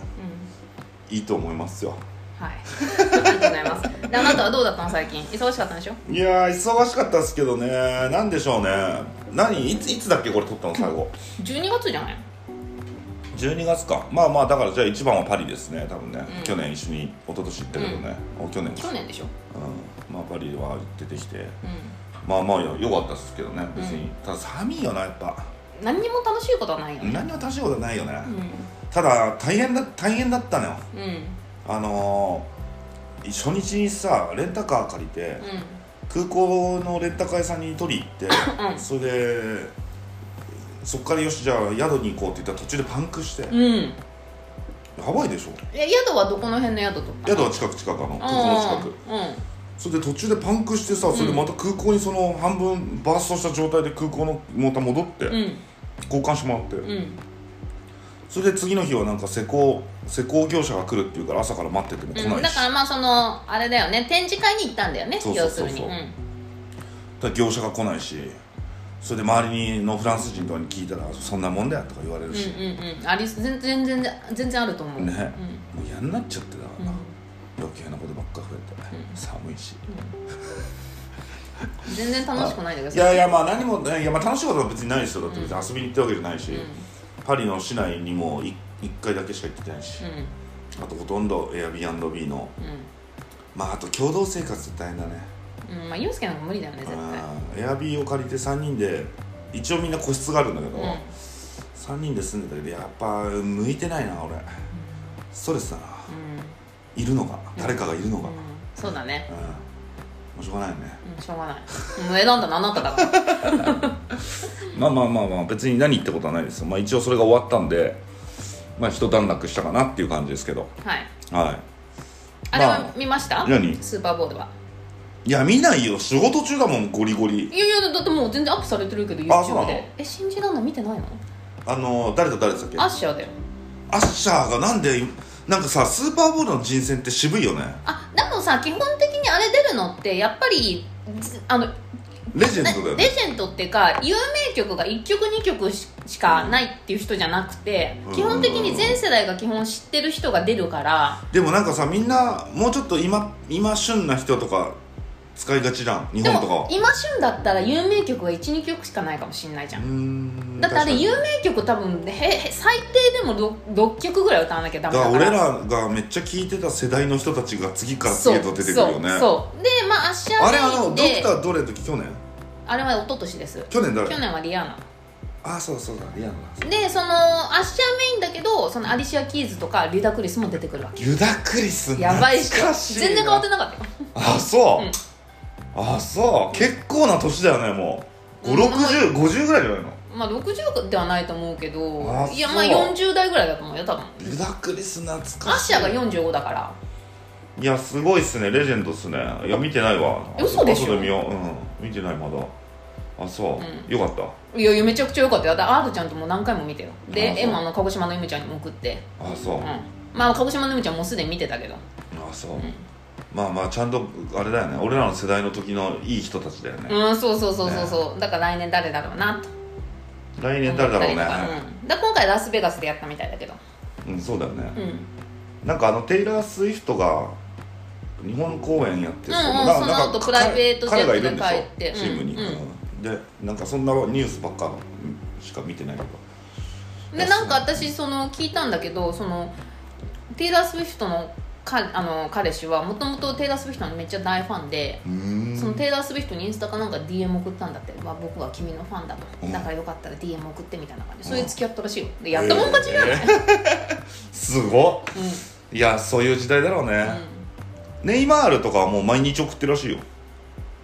Speaker 1: いいと思いますよ
Speaker 2: はい。ありがとうございます。で、あなたはどうだったの最近？忙しかったんでしょ？
Speaker 1: いやー忙しかったですけどねなんでしょうね何いついつだっけこれ撮ったの最後
Speaker 2: 12月じゃない？
Speaker 1: 12月かまあまあだからじゃあ一番はパリですね多分ね、
Speaker 2: うん
Speaker 1: 去年一緒に一昨年行ったけどね、あ去年か
Speaker 2: 去年でしょ？
Speaker 1: うんまあパリは出てきて
Speaker 2: うん。
Speaker 1: まあまあよ良かったですけどね別に、ただ寒いよなやっぱ
Speaker 2: 何にも楽しいことはないよね。
Speaker 1: 何にも楽しいことないよね、
Speaker 2: う
Speaker 1: ただ大変だ大変だったのよ
Speaker 2: ん。うん。
Speaker 1: あのー初日にさレンタカー借りて、空港のレンタカー屋さんに取り行って、
Speaker 2: うん
Speaker 1: それでそっからよしじゃあ宿に行こうって言ったら途中でパンクして、
Speaker 2: うん。うん。
Speaker 1: やばいでしょ
Speaker 2: え、宿はどこの辺の宿とか？
Speaker 1: 宿は近く近くあの空港の近く
Speaker 2: うん。
Speaker 1: それで途中でパンクしてさそれでまた空港にその半分バーストした状態で空港のモーター戻って、
Speaker 2: うん
Speaker 1: 交換してもらって、
Speaker 2: うん
Speaker 1: それで次の日はなんか施工施工業者が来るっていうから朝から待ってても来
Speaker 2: う、
Speaker 1: なんい
Speaker 2: だ
Speaker 1: し、
Speaker 2: からまあそのあれだよね展示会に行ったんだよね
Speaker 1: そうそうそうそう
Speaker 2: 要するに、うん、
Speaker 1: だから業者が来ないしそれで周りのフランス人とかに聞いたらそんなもんだよとか言われるし、
Speaker 2: うんうんうんあり全然全然全然あると思う
Speaker 1: ね
Speaker 2: うん
Speaker 1: もう嫌になっちゃってだから
Speaker 2: うん
Speaker 1: な、余計なことばっか増えて、寒いし、
Speaker 2: 全然楽しくないんだけど
Speaker 1: いやいやまあ何もねいやまあ楽しいことは別にないですよだって別に遊びに行ったわけじゃないし、
Speaker 2: う
Speaker 1: パリの市内にも1回だけしか行ってないし、
Speaker 2: んうん
Speaker 1: あとほとんど Airbnb のまああと共同生活って大変だね
Speaker 2: うん、うん、まあユースケなんか無理だよね絶対
Speaker 1: エアビーを借りて3人で一応みんな個室があるんだけど、
Speaker 2: うん
Speaker 1: 3人で住んでたけどやっぱ向いてないな俺ストレスだな
Speaker 2: う
Speaker 1: い
Speaker 2: ん
Speaker 1: るのが誰かがいるのが
Speaker 2: うんそうだね
Speaker 1: うん、もうしょうがないよね
Speaker 2: うんしょうがないもう選んだのあなた
Speaker 1: [LAUGHS]
Speaker 2: だから
Speaker 1: まあまあまあまあ別に何ってことはないですよまあ一応それが終わったんでまあ一段落したかなっていう感じですけど
Speaker 2: はい
Speaker 1: は
Speaker 2: あれ
Speaker 1: ま
Speaker 2: は
Speaker 1: あ
Speaker 2: 見ました、
Speaker 1: 何
Speaker 2: スーパーボールはい
Speaker 1: いや見ないよ仕事中だもんゴリゴリ
Speaker 2: いやいやだってもう全然アップされてるけど
Speaker 1: あそうな
Speaker 2: YouTube
Speaker 1: の
Speaker 2: でえ信じらんの見てないの
Speaker 1: あの誰と誰でしたっけ
Speaker 2: アッシャーだよ
Speaker 1: アッシャーがなんでなんかさスーパーボールの人選って渋いよね
Speaker 2: あでもさ基本的にあれ出るのってやっぱりずあの
Speaker 1: レジェ
Speaker 2: ね
Speaker 1: ンドだよね
Speaker 2: レジェンドっていうか有名曲が1曲2曲ししかないっていう人じゃなくて、
Speaker 1: うん
Speaker 2: 基本的に全世代が基本知ってる人が出るから、
Speaker 1: でもなんかさみんなもうちょっと今今旬な人とか使いがちじゃん日
Speaker 2: で
Speaker 1: 本とか
Speaker 2: も
Speaker 1: は
Speaker 2: 今旬だったら有名曲が12曲しかないかもしれないじゃ
Speaker 1: うー
Speaker 2: ん、
Speaker 1: ん
Speaker 2: だってあれ
Speaker 1: 確かに
Speaker 2: 有名曲多分へへ最低でも 6, 6曲ぐらい歌わなきゃダ
Speaker 1: だ
Speaker 2: メ
Speaker 1: か
Speaker 2: だ
Speaker 1: ら
Speaker 2: から
Speaker 1: 俺らがめっちゃ聞いてた世代の人たちが次から次へと出てくるよね
Speaker 2: そうそうでまあアッシャー
Speaker 1: あれあのドク
Speaker 2: メインで
Speaker 1: ターどれの時去年
Speaker 2: あれは一昨年です
Speaker 1: 去年誰
Speaker 2: 去年はリアーナ
Speaker 1: ああそうだそうだリアルな
Speaker 2: でそのアッシャーメインだけどそのアリシア・キーズとかリュダ・クリスも出てくるわけ
Speaker 1: ユダクリス
Speaker 2: やばいっし
Speaker 1: 懐か
Speaker 2: ょ
Speaker 1: しいな
Speaker 2: 全然変わってなかったよ
Speaker 1: あそう、
Speaker 2: うん
Speaker 1: あそう結構な年だよねもう
Speaker 2: うん
Speaker 1: 56050、50ぐらいじゃないの
Speaker 2: まあ60ではないと思うけど
Speaker 1: あ
Speaker 2: いやまあ
Speaker 1: そう
Speaker 2: 40代ぐらいだと思うよ多分
Speaker 1: ユダクリス懐かしい
Speaker 2: アッシャーが45だから
Speaker 1: いやすごいっすねレジェンドっすねいや見てないわ
Speaker 2: え嘘でしょ
Speaker 1: 後見よう、うん、見てないまだあそう、
Speaker 2: う
Speaker 1: よかった
Speaker 2: いやいやめちゃくちゃ良かったよだからアートちゃんともう何回も見てよ
Speaker 1: あそ
Speaker 2: で
Speaker 1: う
Speaker 2: エマの鹿児島のゆみちゃんにも送って
Speaker 1: あそう、
Speaker 2: うん
Speaker 1: あ
Speaker 2: まあ鹿児島のゆみちゃんもうすでに見てたけど
Speaker 1: そう、
Speaker 2: ん
Speaker 1: まあまあちゃんとあれだよね俺らの世代の時のいい人たちだよね、
Speaker 2: うんそうそうそうそうそう、だから来年誰だろうなと
Speaker 1: 来年誰だろうね
Speaker 2: 思ったりとかうん、だから今回ラスベガスでやったみたいだけど
Speaker 1: うん、そうだよね
Speaker 2: う、ん
Speaker 1: なんかあのテイラー・スウィフトが日本公演やって
Speaker 2: うんうん
Speaker 1: うな
Speaker 2: そ
Speaker 1: な
Speaker 2: の
Speaker 1: んか
Speaker 2: 後プライベートジェ
Speaker 1: 彼
Speaker 2: ット
Speaker 1: が
Speaker 2: で
Speaker 1: いるんでしょ
Speaker 2: 帰って
Speaker 1: チームに、
Speaker 2: うんうん
Speaker 1: うんでなんかそんなニュースばっかしか見てないけど
Speaker 2: でなんか私その聞いたんだけどそのテイラー・スウィフトのかあの彼氏はもともとテイラー・スウィフトのめっちゃ大ファンで
Speaker 1: うーん
Speaker 2: そのテイラー・スウィフトにインスタかなんか DM 送ったんだって、まあ、僕は君のファンだと
Speaker 1: うん
Speaker 2: だからよかったら DM 送ってみたいな感じそれ
Speaker 1: う
Speaker 2: で
Speaker 1: ん
Speaker 2: 付き合ったらしいよでやったもん勝ちじゃない、
Speaker 1: えーすごっいやそういう時代だろうね、ネイマールとかはもう毎日送ってるらしいよ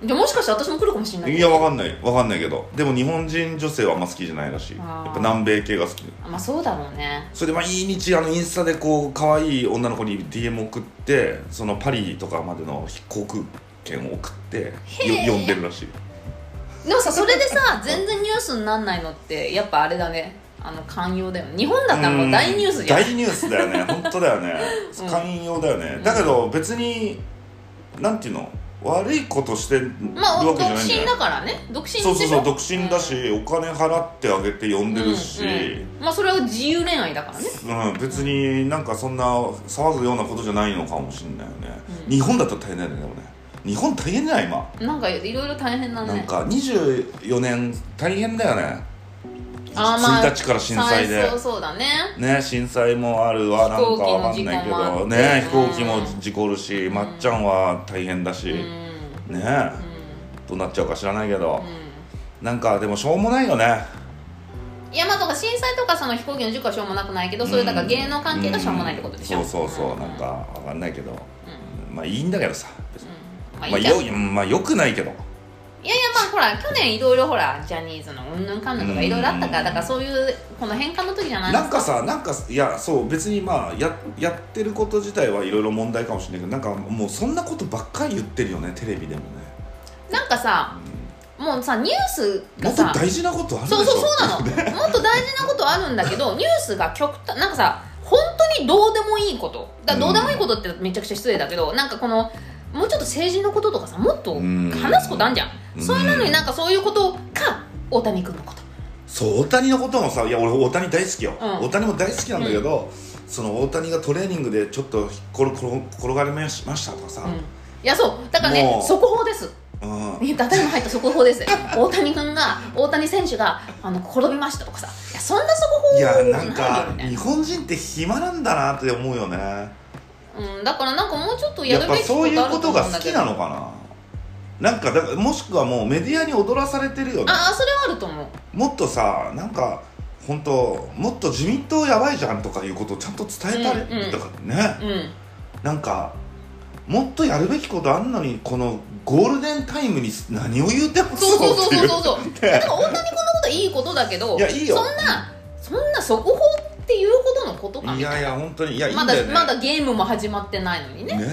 Speaker 2: うん、でもしかして私も来るかもしれない
Speaker 1: いやわかんないわかんないけどでも日本人女性はあんま好きじゃないらしいや
Speaker 2: あー
Speaker 1: っぱ南米系が好き
Speaker 2: あまあそうだろうね
Speaker 1: それで毎日あのインスタでこう可愛い女の子に DM 送ってそのパリとかまでの航空券を送ってよ呼んでるらしい
Speaker 2: でもさそれでさ全然ニュースになんないのってやっぱあれだねあの寛容だよね日本だったらもう大ニュースじゃん
Speaker 1: 大ニュースだよね
Speaker 2: [LAUGHS]
Speaker 1: 本当だよね
Speaker 2: うん
Speaker 1: 寛容だよね、だけど別になんていうの悪いことしてる
Speaker 2: まあ
Speaker 1: わ
Speaker 2: 独
Speaker 1: けじゃないんじゃな
Speaker 2: 身
Speaker 1: い
Speaker 2: だからね独身でし
Speaker 1: そ
Speaker 2: ょ
Speaker 1: うそうそう独身だし、お金払ってあげて呼んでるし、
Speaker 2: うんうんまあそれは自由恋愛だからね
Speaker 1: うん別になんかそんな騒ぐようなことじゃないのかもしれないよね、
Speaker 2: うん
Speaker 1: 日本だったら大変だよねでもね日本大変じゃない今、
Speaker 2: なんかいろいろ大変だね
Speaker 1: なんか24年大変だよね
Speaker 2: あーまあ
Speaker 1: 1日から震災で
Speaker 2: そうそうだね
Speaker 1: ね震災もあるわなん
Speaker 2: 飛
Speaker 1: か
Speaker 2: 行機の
Speaker 1: わかんないけ
Speaker 2: 事故もあ
Speaker 1: ど
Speaker 2: って
Speaker 1: ね飛
Speaker 2: うん
Speaker 1: 行機も事故るし、まっちゃんは大変だし、
Speaker 2: うんう
Speaker 1: ね
Speaker 2: ん
Speaker 1: どうなっちゃうか知らないけど、
Speaker 2: う
Speaker 1: なんかでもしょうもないよね
Speaker 2: んいやまあとか震災とかその飛行機の事故はしょうもなくないけどそれだから芸能関係がしょうもないってことでしょ
Speaker 1: うんそうそうそう、
Speaker 2: ん
Speaker 1: なんかわかんないけど、まあいいんだけどさ別に
Speaker 2: まあい
Speaker 1: まあ
Speaker 2: いじゃん
Speaker 1: よ,、まあ、よくないけど
Speaker 2: いやいやほら去年いろいろほらジャニーズのうんぬんかんぬんとかいろいろあったか
Speaker 1: う
Speaker 2: ら
Speaker 1: ん
Speaker 2: だからそういうこの変換の時じゃない
Speaker 1: なんかさなんかいやそう別にまあややってること自体はいろいろ問題かもしれないけどなんかもうそんなことばっかり言ってるよねテレビでもね、
Speaker 2: なんかさもうさニュース
Speaker 1: うん、も
Speaker 2: が
Speaker 1: っと
Speaker 2: さ
Speaker 1: 大事なことあるでし
Speaker 2: そ
Speaker 1: ょ
Speaker 2: うそうそうなのもっと大事なことあるん
Speaker 1: [LAUGHS]
Speaker 2: だけどニュースが極端なんかさ本当にどうでもいいことだどうでもいいことってめちゃくちゃ失礼だけど、なんかこのもうちょっと政治のこととかさもっと話すことあんじゃん、
Speaker 1: うん
Speaker 2: そういうのになんかそういうことか大谷君のこと
Speaker 1: そう大谷のこともさいや俺大谷大好きよ、
Speaker 2: うん
Speaker 1: 大谷も大好きなんだけど、その大谷がトレーニングでちょっと転転転がりましたとかさ、
Speaker 2: うんいやそうだからね
Speaker 1: もう
Speaker 2: 速報です
Speaker 1: うん
Speaker 2: ねただいま入った速報で
Speaker 1: [LAUGHS]
Speaker 2: す大谷君が大谷選手があの転びましたとかさいやそんな速報
Speaker 1: いやなんか
Speaker 2: ない
Speaker 1: 日
Speaker 2: よね
Speaker 1: 本人って暇なんだなって思うよね
Speaker 2: うん、だからなんかもうちょっとや
Speaker 1: やっ
Speaker 2: る
Speaker 1: ぱ
Speaker 2: べきこと
Speaker 1: そう
Speaker 2: ある
Speaker 1: い
Speaker 2: と
Speaker 1: う
Speaker 2: 思う
Speaker 1: こ
Speaker 2: んだけど
Speaker 1: とが好きなのかななんかだからもしくはもうメディアに踊らされてるよね
Speaker 2: ああそれはあると思う
Speaker 1: もっとさなんか本当もっと自民党やばいじゃんとかいうことをちゃんと伝えたり、
Speaker 2: うんうん
Speaker 1: とかね
Speaker 2: うん
Speaker 1: なんかもっとやるべきことあんのにこのゴールデンタイムに何を言うても
Speaker 2: そうそうそうそ
Speaker 1: う
Speaker 2: うそうそう
Speaker 1: ってい
Speaker 2: だから大谷君のことはいいことだけど
Speaker 1: いやいいよ
Speaker 2: そんなそんな速報っていうほどのことか
Speaker 1: い
Speaker 2: みた
Speaker 1: や
Speaker 2: い
Speaker 1: い
Speaker 2: な
Speaker 1: や本当にいやいいん
Speaker 2: ま
Speaker 1: だ
Speaker 2: だ
Speaker 1: よね
Speaker 2: まだゲームも始まってないのにね
Speaker 1: ね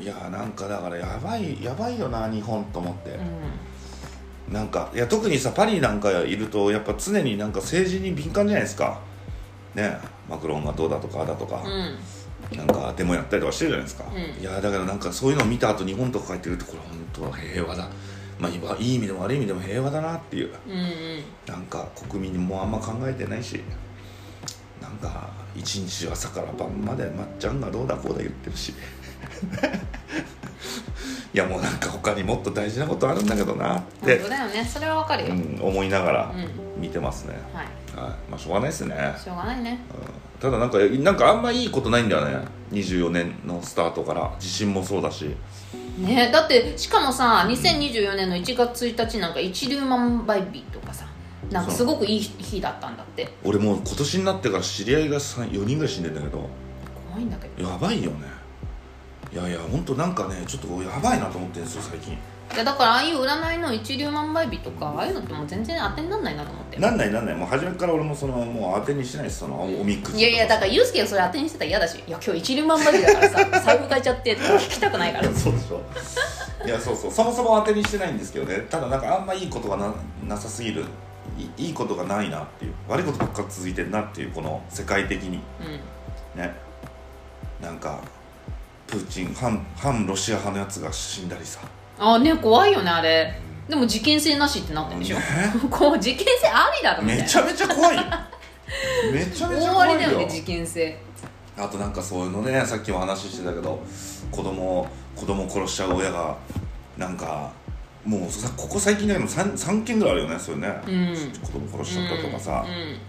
Speaker 1: えいやなんかだからやばいやばいよな日本と思って、
Speaker 2: う
Speaker 1: なんかいや特にさパリなんかいるとやっぱ常になんか政治に敏感じゃないですかねえマクロンがどうだとかああだとか、
Speaker 2: んうん
Speaker 1: なんかデモやったりとかしてるじゃないですか、
Speaker 2: うん
Speaker 1: いやだからなんかそういうのを見た後日本とか帰ってくるとこれ本当は平和だまあ今いい意味でも悪い意味でも平和だなっていう
Speaker 2: うんうん
Speaker 1: なんか国民もあんま考えてないしなんか一日朝から晩までまっちゃんがどうだこうだ言ってるし [LAUGHS] いやもうなんか他にもっと大事なことあるんだけどなっ
Speaker 2: 本
Speaker 1: て
Speaker 2: 当、だよねそれはわかる
Speaker 1: う
Speaker 2: よ、
Speaker 1: ん、思いながら
Speaker 2: う
Speaker 1: 見てますね、
Speaker 2: はい
Speaker 1: はいまあしょうがないですね
Speaker 2: しょうがないね
Speaker 1: ただなんかなんかあんまいいことないんだよね24年のスタートから自信もそうだし
Speaker 2: ねだってしかもさ2024年の1月1日なんか一粒万倍日とかさなんかすごくいい日だったんだって
Speaker 1: 俺もう今年になってから知り合いが4人ぐらい死んでんだけど
Speaker 2: 怖いんだけど
Speaker 1: やばいよねいやいやほんとなんかねちょっとやばいなと思ってるんですよ最近
Speaker 2: いやだからああいう占いの一粒万倍日とかああいうのってもう全然当てにならないなと思って
Speaker 1: なんないなんないもう初めから俺もそのもう当てにしないですそのおみくじ
Speaker 2: いやいやだからユースケがそれ当てにしてたら嫌だしいや今日一粒万倍日だからさ財布変えちゃってとか聞きたくな
Speaker 1: [LAUGHS]
Speaker 2: いから
Speaker 1: そうでしょいやそうそうそもそも当てにしてないんですけどねただなんかあんまいいことがななさすぎるいいいことがないなっていう悪いことばっか続いてるなっていうこの世界的に
Speaker 2: う
Speaker 1: ねなんかプーチン反反ロシア派のやつが死んだりさ
Speaker 2: んあね怖いよねあれでも事件性なしってなって
Speaker 1: [LAUGHS]
Speaker 2: るでしょ、こう事件性ありだろみたい
Speaker 1: め
Speaker 2: な
Speaker 1: ちゃめちゃ怖
Speaker 2: [LAUGHS]
Speaker 1: いよめちゃめちゃ
Speaker 2: 大あ
Speaker 1: 怖
Speaker 2: り
Speaker 1: い
Speaker 2: だよね
Speaker 1: よ
Speaker 2: 事件性
Speaker 1: あとなんかそういうのねさっきも話してたけど子供を子供を殺しちゃう親がなんかもうさここ最近だけど 3, 三件ぐらいあるよねそういうね、
Speaker 2: うん
Speaker 1: 子供殺しちゃったとかさ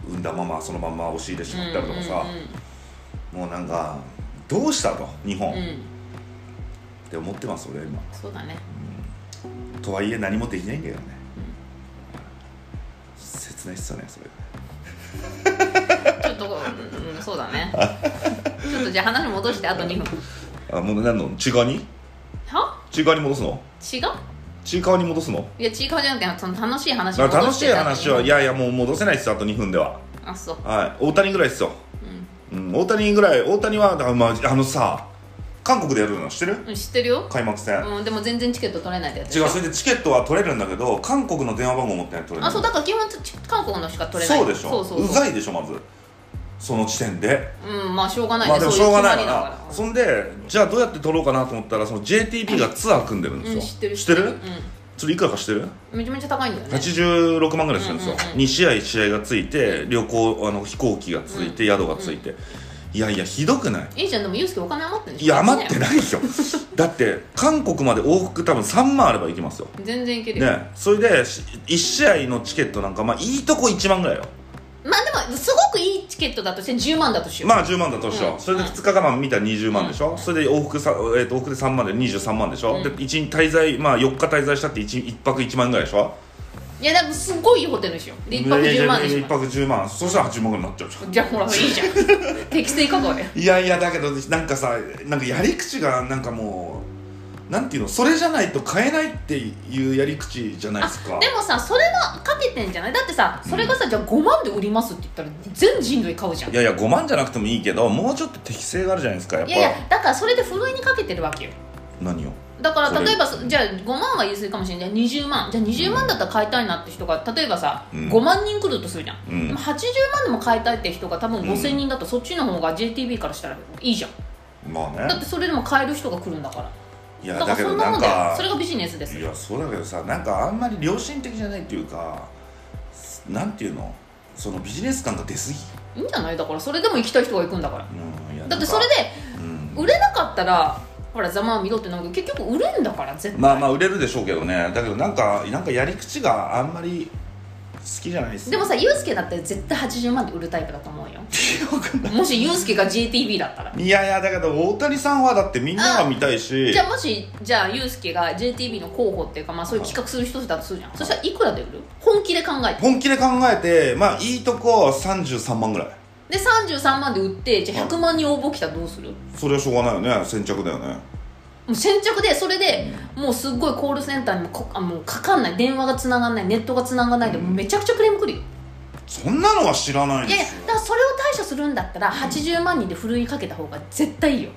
Speaker 2: う、ん
Speaker 1: 産んだままそのまま押し入れしまったりとかさ、
Speaker 2: うんうんうん
Speaker 1: もうなんかどうしたと日本、
Speaker 2: う
Speaker 1: っ
Speaker 2: ん
Speaker 1: て思ってます俺今
Speaker 2: そうだね
Speaker 1: とはいえ何もできないんだよね、切ないっすよねそれ
Speaker 2: ちょっと、うん、そうだ
Speaker 1: [LAUGHS]
Speaker 2: ねちょっとじゃあ話戻してあと2分
Speaker 1: あもう何の違うに
Speaker 2: は
Speaker 1: 違うに戻すの
Speaker 2: 違う
Speaker 1: 違うに戻すの
Speaker 2: いや違うじゃなくてその楽しい話
Speaker 1: あ
Speaker 2: 戻して
Speaker 1: 楽しい話はい
Speaker 2: や
Speaker 1: やいやもう戻せないっすあと2分では
Speaker 2: あそう
Speaker 1: はい大谷ぐらいっすよ、
Speaker 2: う
Speaker 1: うん、大谷ぐらい大谷はあ,、まあ、あのさ韓国でやるの知ってる
Speaker 2: ん知ってるよ、
Speaker 1: 開幕戦、
Speaker 2: うん、でも全然チケット取れないってやつ
Speaker 1: 違うそれでチケットは取れるんだけど韓国の電話番号持ってないと取れない
Speaker 2: あそうだから基本ち韓国のしか取れない
Speaker 1: そうでしょ
Speaker 2: そうそうそう
Speaker 1: ざいでしょまずその時点で
Speaker 2: うんまあしょうがないね
Speaker 1: まあでもしょうがないわ
Speaker 2: そういう決まりだ
Speaker 1: な
Speaker 2: から
Speaker 1: そんでじゃあどうやって取ろうかなと思ったらその JTB がツアー組んでるんです
Speaker 2: う
Speaker 1: よ、
Speaker 2: ん知ってる
Speaker 1: 知ってる
Speaker 2: う
Speaker 1: それいくらか知ってる
Speaker 2: んめちゃめちゃ高いんだよね
Speaker 1: 86万ぐらいするんですよ、
Speaker 2: うんうんうん
Speaker 1: 2試合試合がついて旅行あの飛行機がついて、宿がついて、いやいやひどくない
Speaker 2: いいじゃんでもユースケお金余ってるんでしょ
Speaker 1: いや余って
Speaker 2: い [LAUGHS]
Speaker 1: ないでしょだって韓国まで往復多分3万あれば行きますよ
Speaker 2: 全然いけるよ、
Speaker 1: ねそれでし1試合のチケットなんかまあいいとこ1万ぐらいよ
Speaker 2: まあでもすごくいいチケットだとして10万だとしよう、
Speaker 1: まあ10万だとしよう、
Speaker 2: うん
Speaker 1: それで2日間見たら20万でしょ、それで往復さ、えーと往復で3万で23万でしょ、
Speaker 2: うん
Speaker 1: で1日滞在まあ4日滞在したって 1, 泊1万ぐらいでしょ
Speaker 2: いやだからすごいいいホテルでしょで1泊10万でし
Speaker 1: 1
Speaker 2: ょ
Speaker 1: 泊10万そしたら8万ぐらいになっちゃうじゃん
Speaker 2: じゃあほらいいじゃん
Speaker 1: [LAUGHS]
Speaker 2: 適正価格だよ
Speaker 1: いやいやだけどなんかさなんかやり口がなんかもうなんていうのそれじゃないと買えないっていうやり口じゃないですか
Speaker 2: あでもさそれはかけてんじゃないだってさそれがさ、じゃあ5万で売りますって言ったら全人類買うじゃん
Speaker 1: いやいや5万じゃなくてもいいけどもうちょっと適性があるじゃないですかやっ
Speaker 2: い
Speaker 1: ぱ
Speaker 2: やいやだからそれでふるいにかけてるわけよ
Speaker 1: 何を
Speaker 2: だか
Speaker 1: そ
Speaker 2: ら
Speaker 1: れ
Speaker 2: 例えばそじゃあ5万は言い過ぎかもしれない20万じゃあ20万だったら買いたいなって人が例えばさ、
Speaker 1: うん
Speaker 2: 5万人来るとするじゃん、
Speaker 1: うん
Speaker 2: でも80万でも買いたいって人が多分
Speaker 1: うん
Speaker 2: 5000人だと、そっちの方が JTB からしたらいいじゃん
Speaker 1: まあ
Speaker 2: だっ
Speaker 1: ね
Speaker 2: てそれでも買える人が来るんだから
Speaker 1: い
Speaker 2: だ
Speaker 1: や
Speaker 2: か
Speaker 1: だ
Speaker 2: ら
Speaker 1: け
Speaker 2: そ
Speaker 1: ど
Speaker 2: んな
Speaker 1: な
Speaker 2: も
Speaker 1: ん
Speaker 2: んだよ
Speaker 1: か
Speaker 2: それがビジネスです
Speaker 1: い
Speaker 2: よ
Speaker 1: やそうだけどさなんかあんまり良心的じゃないっていうかすなんていうのそのビジネス感が出すぎ、
Speaker 2: いいんじゃないだからそれでも行きたい人が行くんだから
Speaker 1: うんいや
Speaker 2: だっ
Speaker 1: な
Speaker 2: て
Speaker 1: ん
Speaker 2: そ
Speaker 1: か
Speaker 2: れで
Speaker 1: うん
Speaker 2: 売れなかったらほらざまあ見ろってなるけど結局売れんだから絶対
Speaker 1: まあまあ売れるでしょうけどねだけどなんかなんかやり口があんまり好きじゃないです
Speaker 2: でもさユうスケだって絶対80万で売るタイプだと思う [LAUGHS] よ
Speaker 1: よくな
Speaker 2: もしユうスケが JTB だったら
Speaker 1: いいやいやだけど大谷さんはだってみんなが見たいし
Speaker 2: じゃあもしじゃあユうスケが JTB の候補っていうかまあそういう企画する人だとするじゃんそしたらいくらで売る本気で考えて
Speaker 1: 本気で考えてまあいいとこ33万ぐらい
Speaker 2: で33万で売ってじゃあ100万人応募来たらどうするも
Speaker 1: それはしょうがないよね先着だよね
Speaker 2: う先着でそれでもうすっごいコールセンターにもこあもうかかんない電話がつながんないネットがつながんないでもうめちゃくちゃクレームくるよ
Speaker 1: そんなのは知らない
Speaker 2: い
Speaker 1: で
Speaker 2: やいや
Speaker 1: すよ
Speaker 2: だからそれを対処するんだったら80万人でふるいにかけた方が絶対いいよ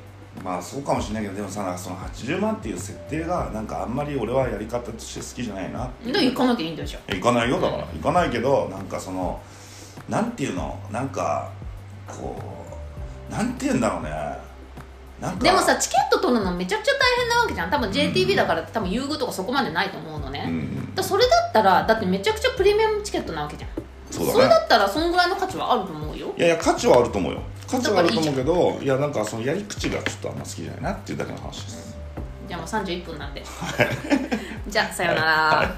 Speaker 1: まあそうかもしれないけどでもさなんかその80万っていう設定がなんかあんまり俺はやり方として好きじゃないなって
Speaker 2: だから行かなきゃいいんでしょ
Speaker 1: 行かないよだから行かないけどなんかそのなんていうのなんかこうなんていうんだろうねなんか
Speaker 2: でもさチケット取るのめちゃくちゃ大変なわけじゃん多分 JTB だから多分優遇とかそこまでないと思うのね、
Speaker 1: うん
Speaker 2: だからそれだったらだってめちゃくちゃプレミアムチケットなわけじゃん
Speaker 1: そうだね
Speaker 2: れだったらそんぐらいの価値はあると思うよ
Speaker 1: いやいや価値はあると思うよ価値はあると思うけどいやなんかそのやり口がちょっとあんま好きじゃないなっていうだけの話です、
Speaker 2: [LAUGHS] じゃあもう31分なんでじゃあさようなら、